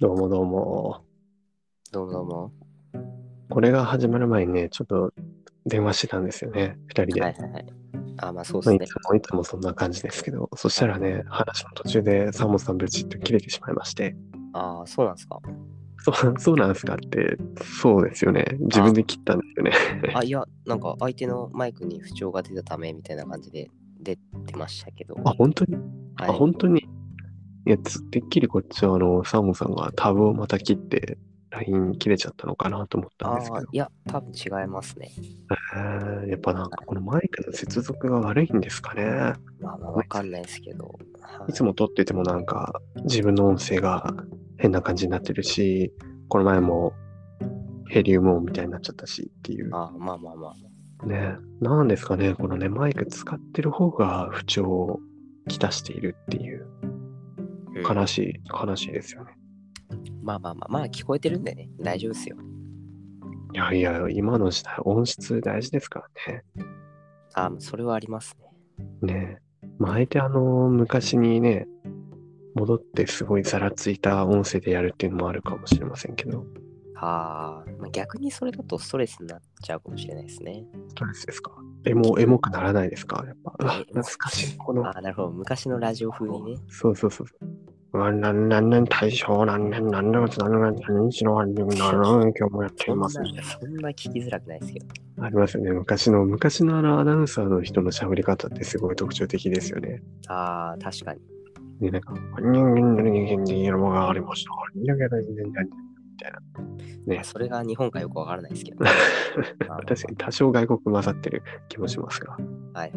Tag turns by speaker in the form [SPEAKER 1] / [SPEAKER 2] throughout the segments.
[SPEAKER 1] どうもどうも。
[SPEAKER 2] どうもどうも。
[SPEAKER 1] これが始まる前にね、ちょっと電話してたんですよね、2人で。
[SPEAKER 2] はいはいはい。あ、まあそう
[SPEAKER 1] まあい
[SPEAKER 2] で
[SPEAKER 1] つ
[SPEAKER 2] す
[SPEAKER 1] もいつもそんな感じですけど、そしたらね、話の途中でサーモンさんブチッと切れてしまいまして、
[SPEAKER 2] ね。ああ、そうなんですか。
[SPEAKER 1] そうそうなんですかって、そうですよね。自分で切ったんですよね。
[SPEAKER 2] あ、いや、なんか相手のマイクに不調が出たためみたいな感じで出てましたけど。
[SPEAKER 1] あ、本当に、
[SPEAKER 2] はい
[SPEAKER 1] あ、本当に。いや、つてっきりこっちはあの、サーモンさんがタブをまた切って、LINE 切れちゃったのかなと思ったんですけ
[SPEAKER 2] あー
[SPEAKER 1] ど、
[SPEAKER 2] いや、多分違いますね。
[SPEAKER 1] えーやっぱなんかこのマイクの接続が悪いんですかね。
[SPEAKER 2] まあまあわかんないですけど。はい
[SPEAKER 1] つも撮っててもなんか自分の音声が変な感じになってるし、この前もヘリウム音みたいになっちゃったしっていう。
[SPEAKER 2] あーまあまあまあ。
[SPEAKER 1] ね。なんですかね、このね、マイク使ってる方が不調をきたしているっていう。
[SPEAKER 2] うん
[SPEAKER 1] 悲しい、悲しいですよね。
[SPEAKER 2] まあまあまあ、まあ聞こえてるんでね。大丈夫ですよ。
[SPEAKER 1] いやいや、今の時代音質大事ですからね。
[SPEAKER 2] あーそれはありますね。
[SPEAKER 1] ねえ。まあ、あえてあの、昔にね、戻ってすごいざらついた音声でやるっていうのもあるかもしれませんけど、
[SPEAKER 2] あー、まあ、逆にそれだとストレスになっちゃうかもしれないですね。
[SPEAKER 1] ストレスですかエモ、エモくならないですかやっぱ。うわ、懐かしい。この、
[SPEAKER 2] あーなるほど。昔のラジオ風にね。
[SPEAKER 1] そうそうそう。うわ、なんなんなん、大将、なんなん、なんなん、なんなん、なんしろ、なんなん、なん今日もやってい
[SPEAKER 2] そんな
[SPEAKER 1] ます
[SPEAKER 2] そ。んな聞きづらくないですけど。
[SPEAKER 1] ありますよね。昔の、昔のあのアナウンサーの人の喋り方ってすごい特徴的ですよね。
[SPEAKER 2] ああ、確かに。
[SPEAKER 1] で、なんか、人間の人間に色がありました。人間の人間にね
[SPEAKER 2] まあそれが日本かよくわからないですけど。まあ
[SPEAKER 1] 確かに多少外国混ざってる気もしますが。で、
[SPEAKER 2] はい。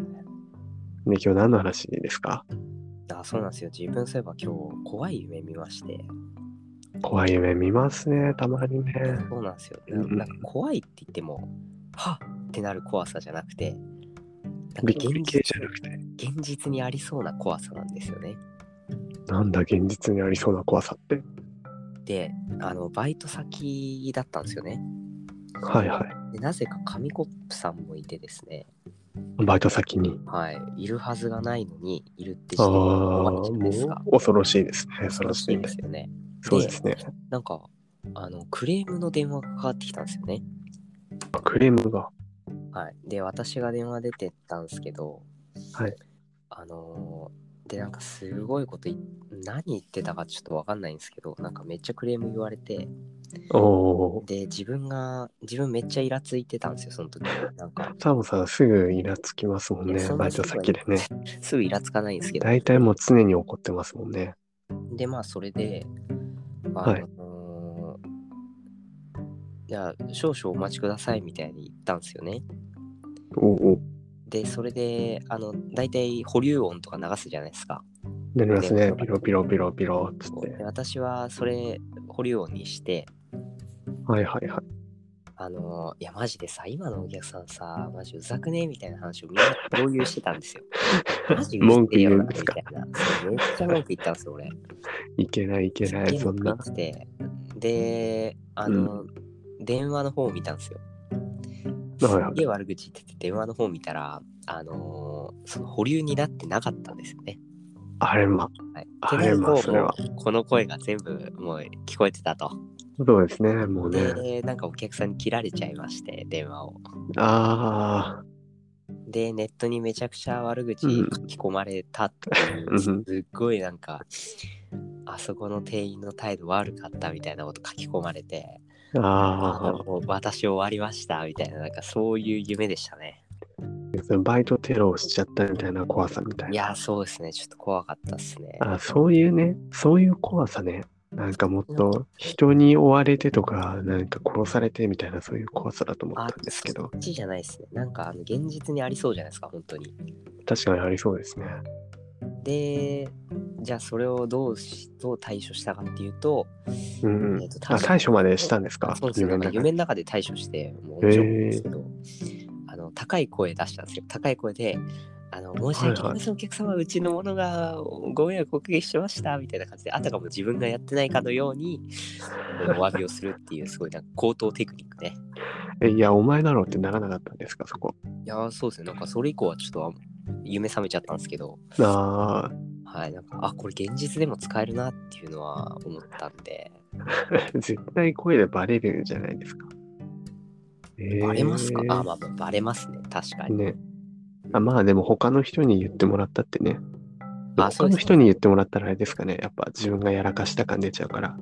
[SPEAKER 1] 今日何の話ですか
[SPEAKER 2] あそうなんですよ。自分そういえば今日怖い夢見まして。
[SPEAKER 1] 怖い夢見ますね、たまにね。
[SPEAKER 2] そうなんですよ。
[SPEAKER 1] うんうん
[SPEAKER 2] ななんか怖いって言っても、はっってなる怖さじゃなくて、なんか
[SPEAKER 1] びっ
[SPEAKER 2] 現
[SPEAKER 1] くり系
[SPEAKER 2] 実
[SPEAKER 1] じゃなくて。
[SPEAKER 2] 現実にありそうな怖さなんですよね。
[SPEAKER 1] なんだ、現実にありそうな怖さって。
[SPEAKER 2] で、あの、バイト先だったんですよね。
[SPEAKER 1] はいはい。
[SPEAKER 2] でなぜか紙コップさんもいてですね、
[SPEAKER 1] バイト先に。
[SPEAKER 2] はい、いるはずがないのに、いるって知
[SPEAKER 1] あ
[SPEAKER 2] っ
[SPEAKER 1] あ、
[SPEAKER 2] て
[SPEAKER 1] も
[SPEAKER 2] 怖いじゃ
[SPEAKER 1] う
[SPEAKER 2] ないですか。
[SPEAKER 1] 恐ろしいですね。恐
[SPEAKER 2] 恐
[SPEAKER 1] ろ
[SPEAKER 2] ろ
[SPEAKER 1] し
[SPEAKER 2] し
[SPEAKER 1] い
[SPEAKER 2] い
[SPEAKER 1] ね
[SPEAKER 2] ですよね。
[SPEAKER 1] そうですね。
[SPEAKER 2] なんか、あの、クレームの電話がかかってきたんですよね。
[SPEAKER 1] クレームが。
[SPEAKER 2] はい。で、私が電話出てったんですけど、
[SPEAKER 1] はい。
[SPEAKER 2] あのーで、なんかすごいことい、何言ってたかちょっとわかんないんですけど、なんかめっちゃクレーム言われて、
[SPEAKER 1] おお
[SPEAKER 2] で、自分が、自分めっちゃイラついてたんですよ、その時。なんか、
[SPEAKER 1] ー。サーモンさん、すぐイラつきますもん
[SPEAKER 2] い
[SPEAKER 1] ね
[SPEAKER 2] やそ。んな
[SPEAKER 1] バイト先でね。
[SPEAKER 2] すぐイラつかないんですけど、
[SPEAKER 1] 大体もう常に怒ってますもんね。
[SPEAKER 2] で、まあ、それで、あ
[SPEAKER 1] はい
[SPEAKER 2] のーじゃあ少々お待ちくださいみたいに言ったんですよね。
[SPEAKER 1] おお。
[SPEAKER 2] で、それで、あの、大体保留音とか流すじゃないですか。
[SPEAKER 1] なりますね
[SPEAKER 2] ね。
[SPEAKER 1] ピロピロピロピロっつっ
[SPEAKER 2] そう
[SPEAKER 1] て。
[SPEAKER 2] で私はそれ保留音にして、
[SPEAKER 1] はいはいはい。
[SPEAKER 2] あのーいやマジでさ、今のお客さんさ、マジうざくねみたいな話をみんなで共有してたんですよ。マジうざ
[SPEAKER 1] 文
[SPEAKER 2] く
[SPEAKER 1] 句
[SPEAKER 2] ね
[SPEAKER 1] 言
[SPEAKER 2] よ
[SPEAKER 1] う
[SPEAKER 2] なん
[SPEAKER 1] ですか
[SPEAKER 2] みたいな。そうめっちゃ文句言ったんですよ、俺。
[SPEAKER 1] いけないいけな
[SPEAKER 2] すっげ
[SPEAKER 1] い、
[SPEAKER 2] え
[SPEAKER 1] そん
[SPEAKER 2] 文句
[SPEAKER 1] な。
[SPEAKER 2] 言ってて。で、あの、電話の方を見たんですよ。す
[SPEAKER 1] はいはい
[SPEAKER 2] っげえ悪口言ってて、電話の方を見たら、あのーその保留になってなかったんですよね。
[SPEAKER 1] あれま。
[SPEAKER 2] はい、
[SPEAKER 1] あれまあ
[SPEAKER 2] って
[SPEAKER 1] そ
[SPEAKER 2] な
[SPEAKER 1] れ
[SPEAKER 2] る
[SPEAKER 1] は
[SPEAKER 2] ともうこの声が全部もう聞こえてたと。
[SPEAKER 1] そうですね、もうね。
[SPEAKER 2] で、なんかお客さんに切られちゃいまして、電話を。
[SPEAKER 1] ああ。
[SPEAKER 2] で、ネットにめちゃくちゃ悪口
[SPEAKER 1] うん
[SPEAKER 2] 書き込まれたっていう
[SPEAKER 1] うん
[SPEAKER 2] すっごいなんか、あそこの店員の態度悪かったみたいなこと書き込まれて、
[SPEAKER 1] ああ。
[SPEAKER 2] もう私終わりましたみたいな、なんかそういう夢でしたね。
[SPEAKER 1] バイトテロをしちゃったみたいな怖さみたい
[SPEAKER 2] い
[SPEAKER 1] な。
[SPEAKER 2] や、そうですね、ちょっと怖かったですね。
[SPEAKER 1] あそういうね、そういう怖さね。なんかもっと人に追われてとか、なんか殺されてみたいなそういう怖さだと思ったんですけど
[SPEAKER 2] そ、っちじゃないですね。なんかあの現実にありそうじゃないですか、本当に。
[SPEAKER 1] 確かにありそうですね。
[SPEAKER 2] で、じゃあそれをどうし、どう対処したかっていうと、
[SPEAKER 1] うんう
[SPEAKER 2] え
[SPEAKER 1] ん
[SPEAKER 2] ーと。
[SPEAKER 1] あ、対処までしたんですか
[SPEAKER 2] そうです
[SPEAKER 1] 夢
[SPEAKER 2] ね。
[SPEAKER 1] の中
[SPEAKER 2] 夢の中で対処して、もう面白かったんですけど、あの高い声出したんですよ。高い声で、あの申し訳ありませ
[SPEAKER 1] はい
[SPEAKER 2] ん、お客様、うちのものがご迷惑をおかけしましたみたいな感じで、あたかも自分がやってないかのよう に、えーお詫びをするっていう、すごいなんか高等テクニックね。
[SPEAKER 1] え、いや、お前だろうってならなかったんですか、そこ。
[SPEAKER 2] いやー、そうですね。なんかそれ以降はちょっと夢覚めちゃったんですけど、
[SPEAKER 1] あ
[SPEAKER 2] はい、なんか、あ、これ現実でも使えるなっていうのは思ったんで、
[SPEAKER 1] 絶対声でバレるじゃないですか。
[SPEAKER 2] バレますか、
[SPEAKER 1] えー
[SPEAKER 2] あ、まあまあ、バレますね、確かに。
[SPEAKER 1] ね。あまあでも他の人に言ってもらったってね。
[SPEAKER 2] あそ
[SPEAKER 1] 他
[SPEAKER 2] うですね
[SPEAKER 1] の人に言ってもらったらあれですかね。やっぱ自分がやらかした感出ちゃうから。、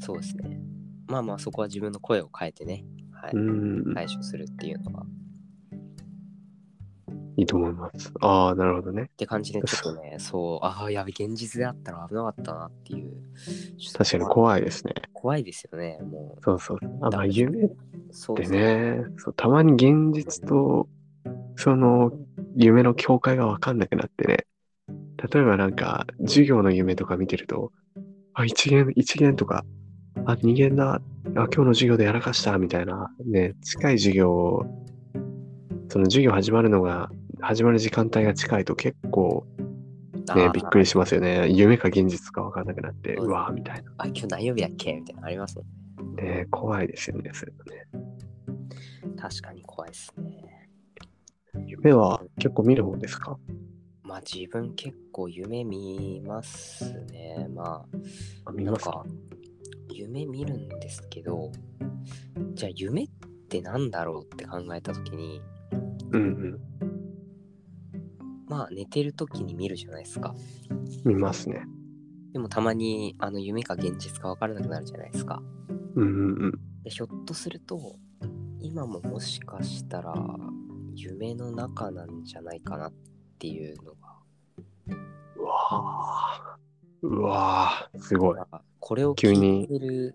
[SPEAKER 2] そうですね。まあまあ、そこは自分の声を変えてね、はいう
[SPEAKER 1] ん、
[SPEAKER 2] 対処するっていうのは。っ
[SPEAKER 1] いいと思います。ああ、なるほどね。
[SPEAKER 2] て感じで、ちょっとね、そう、ああ、やべ、現実であったら危なかったなっていう。
[SPEAKER 1] 確かに
[SPEAKER 2] 怖
[SPEAKER 1] 怖
[SPEAKER 2] い。
[SPEAKER 1] いですね。
[SPEAKER 2] 怖いですよね、も
[SPEAKER 1] そうそう。あま
[SPEAKER 2] ダ
[SPEAKER 1] あ
[SPEAKER 2] メです
[SPEAKER 1] 夢っ
[SPEAKER 2] う。そう
[SPEAKER 1] て
[SPEAKER 2] です。
[SPEAKER 1] ねそう、たまに現実とその夢の境界がわかんなくなってね。例えばなんか授業の夢とか見てると、あ、一元、一元とか、あ、二元だ、あ、今日の授業でやらかしたみたいな、ね、近い授業をその授業始まるのが、始まる時間帯が近いと結構
[SPEAKER 2] あ
[SPEAKER 1] ね
[SPEAKER 2] ー、
[SPEAKER 1] びっくりしますよね。夢か現実かわかんなくなって、
[SPEAKER 2] そうです
[SPEAKER 1] うわーみたいな。
[SPEAKER 2] あ、今日何曜日だっけみたいなのありますね。
[SPEAKER 1] ね、怖いですよね、それね。
[SPEAKER 2] 確かに怖いですね。
[SPEAKER 1] 夢は結構見る方ですか
[SPEAKER 2] まあ自分結構夢見ますね。まあ、
[SPEAKER 1] あ見
[SPEAKER 2] なん
[SPEAKER 1] ますか
[SPEAKER 2] か、夢見るんですけど、じゃあ夢ってなんだろうって考えたときに、
[SPEAKER 1] うんうん。
[SPEAKER 2] まあ寝てるときに見るじゃないですか。
[SPEAKER 1] 見ますね。
[SPEAKER 2] でもたまにあの夢か現実か分からなくなるじゃないですか。
[SPEAKER 1] うんうんうん。
[SPEAKER 2] でひょっとすると、今ももしかしたら夢の中なんじゃないかなっていうのが
[SPEAKER 1] うわあ。うわあ、すごい。
[SPEAKER 2] なんかこれを
[SPEAKER 1] 急
[SPEAKER 2] 聞
[SPEAKER 1] に
[SPEAKER 2] いてる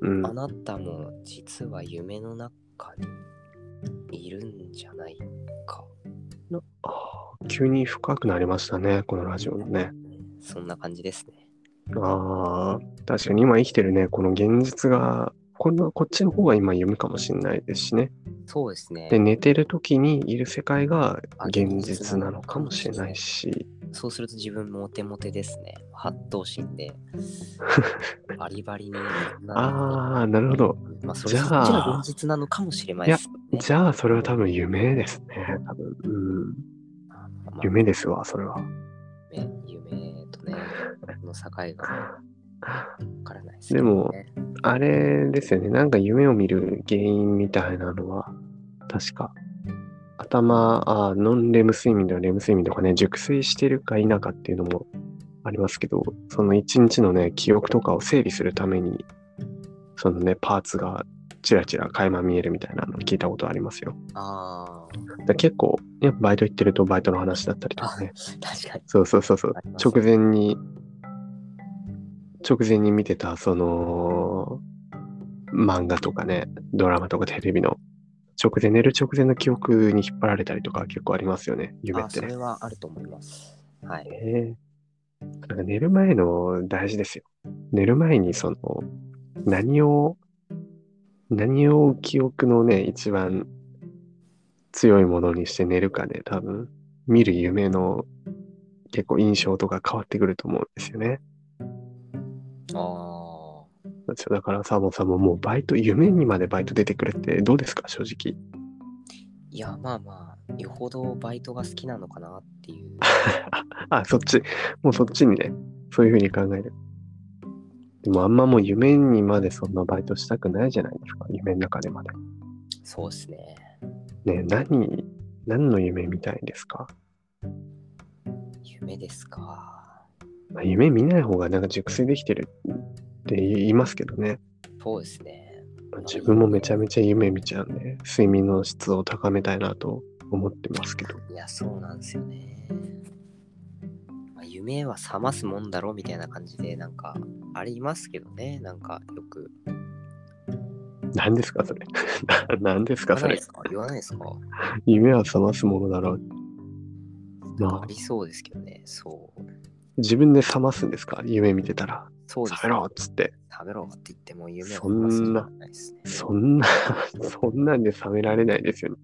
[SPEAKER 1] うん。
[SPEAKER 2] あなたも実は夢の中にいるんじゃないか。
[SPEAKER 1] あー急に深くなりましたね、このラジオのね。
[SPEAKER 2] そんな感じですね。
[SPEAKER 1] ああ、確かに今生きてるね、この現実が、こんなこっちの方が今夢かもしれないですしね。
[SPEAKER 2] そうですね
[SPEAKER 1] で、。寝てる時にいる世界が現実なのかもしれないし、
[SPEAKER 2] そうすると自分モテモテですね。発動心 で。バリバリに。
[SPEAKER 1] ああ、なるほど。
[SPEAKER 2] まあ、それ
[SPEAKER 1] じゃ
[SPEAKER 2] そ
[SPEAKER 1] あ
[SPEAKER 2] っちが現実なのかもしれないです、ね。
[SPEAKER 1] じゃあ、それは多分夢ですね。多分、うん。
[SPEAKER 2] まあ
[SPEAKER 1] 夢ですわ、それは。
[SPEAKER 2] 夢夢とね、この境がわからないです、ね。
[SPEAKER 1] でもあれですよね。なんか夢を見る原因みたいなのは、確か、頭、あノンレム睡眠とかレム睡眠とかね、熟睡してるか否かっていうのもありますけど、その一日のね、記憶とかを整理するために、そのね、パーツがちらちら垣間見えるみたいなの聞いたことありますよ。
[SPEAKER 2] ああ、
[SPEAKER 1] だから結構、やっぱバイト行ってるとバイトの話だったりとかね、
[SPEAKER 2] 確かに。
[SPEAKER 1] そうそうそうそう
[SPEAKER 2] あります
[SPEAKER 1] 直前に直前に見てたその漫画とかねドラマとかテレビの直前寝る直前の記憶に引っ張られたりとか結構ありますよね夢
[SPEAKER 2] あ
[SPEAKER 1] っ
[SPEAKER 2] ーそ
[SPEAKER 1] てね
[SPEAKER 2] れはあると思います。はい。
[SPEAKER 1] ねなんか寝る前の大事ですよ寝る前にその何を何を記憶のね一番強いものにして寝るかで、多分見る夢の結構印象とか変わってくると思うんですよね。
[SPEAKER 2] ああ。
[SPEAKER 1] そうだからサーモンさんももうバイト夢にまでバイト出てくるってどうですか正直。
[SPEAKER 2] いや、まあまあ、よほどバイトが好きなのかなっ ていう。
[SPEAKER 1] あそっちもうそっちにねそういうふうに考える。でもあんまもう夢にまでそんなバイトしたくないじゃないですか夢の中でまで。
[SPEAKER 2] そうですね。
[SPEAKER 1] ねえ何何の夢見たいですか
[SPEAKER 2] 夢ですか。
[SPEAKER 1] まあ夢見ない方がなんか熟睡できてるって言いますけどね。
[SPEAKER 2] そうですね。
[SPEAKER 1] まあ自分もめちゃめちゃ夢見ちゃうんで、睡眠の質を高めたいなと思ってますけど。
[SPEAKER 2] いや、そうなんですよね。まあ、夢は覚ますもんだろみたいな感じで、なんか、ありますけどね。なんか、よく。
[SPEAKER 1] 何ですかそれ な何です
[SPEAKER 2] 言
[SPEAKER 1] か
[SPEAKER 2] わ
[SPEAKER 1] そ
[SPEAKER 2] ない
[SPEAKER 1] れ
[SPEAKER 2] ですか言わないですか
[SPEAKER 1] 夢は覚ますものだろう。ま
[SPEAKER 2] あ
[SPEAKER 1] あ、
[SPEAKER 2] りそうですけどね。そう。
[SPEAKER 1] 自分で覚ますんですか夢見てたら。
[SPEAKER 2] そうです
[SPEAKER 1] 覚めろっつって。
[SPEAKER 2] 食べろって言っても夢を
[SPEAKER 1] そんな
[SPEAKER 2] 覚ますじゃないですね。
[SPEAKER 1] そんな、 そんなんで覚められないですよね。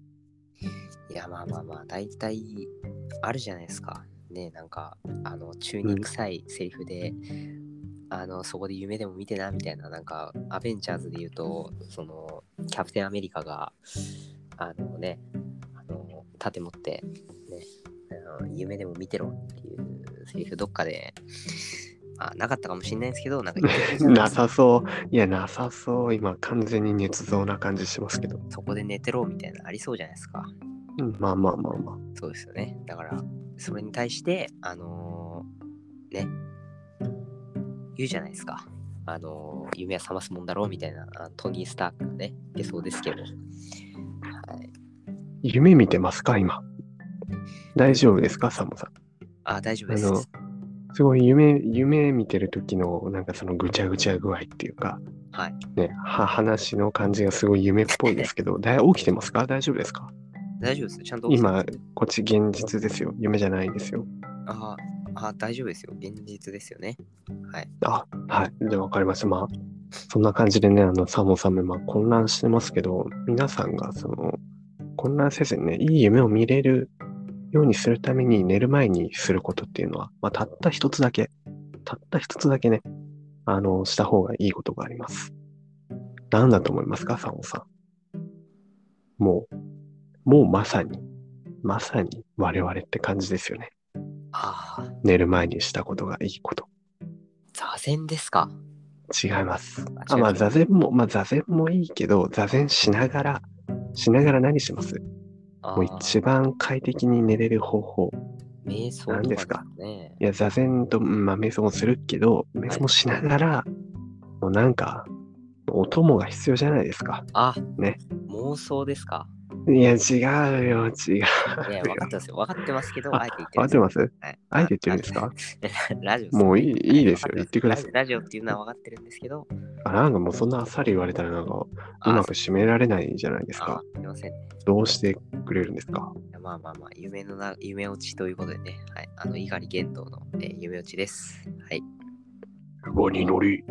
[SPEAKER 2] いやまあまあまあ大体あるじゃないですかねなんかあの中に臭いセリフで、あのそこで夢でも見てなみたいななんかアベンジャーズで言うとそのキャプテンアメリカがあのねあの盾持ってねあの夢でも見てろっていうセリフどっかで、まあ、なかったかもしれないですけど、なんか
[SPEAKER 1] なさそう。いや、なさそう。今、完全に捏造な感じしますけど。
[SPEAKER 2] そこで寝てろみたいなのありそうじゃないですか。
[SPEAKER 1] うんまあまあまあまあ。
[SPEAKER 2] そうですよね。だから、それに対して、あのーね、言うじゃないですか。あのー夢は覚ますもんだろうみたいな、あトニー・スタークがね、出そうですけど。はい。
[SPEAKER 1] 夢見てますか今。大丈夫ですかサモさ
[SPEAKER 2] あ、大丈夫で
[SPEAKER 1] あの
[SPEAKER 2] す。
[SPEAKER 1] ん。すごい夢、夢見てる時の、なんかそのぐちゃぐちゃ具合っていうか、
[SPEAKER 2] はい。
[SPEAKER 1] ね、は話の感じがすごい夢っぽいですけど、だい起きてますか大丈夫ですか
[SPEAKER 2] 大丈夫です。ちゃんと。
[SPEAKER 1] 今、こっち現実ですよ。夢じゃないんですよ。
[SPEAKER 2] ああ、大丈夫ですよ。現実ですよね。はい。
[SPEAKER 1] あ、はい。じゃあ分かりました。まあ、そんな感じでね、あの、サモさんも今混乱してますけど、皆さんがその、混乱せずにね、いい夢を見れるようにするために寝る前にすることっていうのは、まあ、たった一つだけ、たった一つだけね、あの、した方がいいことがあります。何だと思いますか、サモさん。もう、もうまさに、まさに我々って感じですよね。
[SPEAKER 2] ああ、
[SPEAKER 1] 寝る前にしたことがいいこと。
[SPEAKER 2] 座禅ですか。
[SPEAKER 1] 違います。
[SPEAKER 2] あ
[SPEAKER 1] あまあ、
[SPEAKER 2] 違う
[SPEAKER 1] 座禅も、まあ、座禅もいいけど、座禅しながら、しながら何します
[SPEAKER 2] あ
[SPEAKER 1] もう一番快適に寝れる方法。
[SPEAKER 2] ー瞑想とか
[SPEAKER 1] 何ですか
[SPEAKER 2] ね。
[SPEAKER 1] いや、座禅と、うんまあ、瞑想もするけど、瞑想もしながら、もうなんか、お供が必要じゃないですか。
[SPEAKER 2] あ、
[SPEAKER 1] ね。
[SPEAKER 2] 妄想ですか。
[SPEAKER 1] いや、違うよ、違う。
[SPEAKER 2] いや、分かってますよ。分かってますけど、
[SPEAKER 1] あ
[SPEAKER 2] あえて言って。
[SPEAKER 1] 合ってますす
[SPEAKER 2] はい
[SPEAKER 1] あえて言ってるんですか
[SPEAKER 2] ラジオ
[SPEAKER 1] もういいいいですよ
[SPEAKER 2] わか
[SPEAKER 1] 言ってください
[SPEAKER 2] ラジオラジオっていうのは分かってるんですけど、
[SPEAKER 1] あなんかもうそんなあっさり言われたら、なんか、うまく締められないじゃないです
[SPEAKER 2] あ
[SPEAKER 1] か。
[SPEAKER 2] すみません。
[SPEAKER 1] どうしてくれるんですか
[SPEAKER 2] まあまあまあ、夢のな夢落ちということでね、はい、あの、猪狩玄道の、えー夢落ちです。はい。
[SPEAKER 1] 馬に乗り、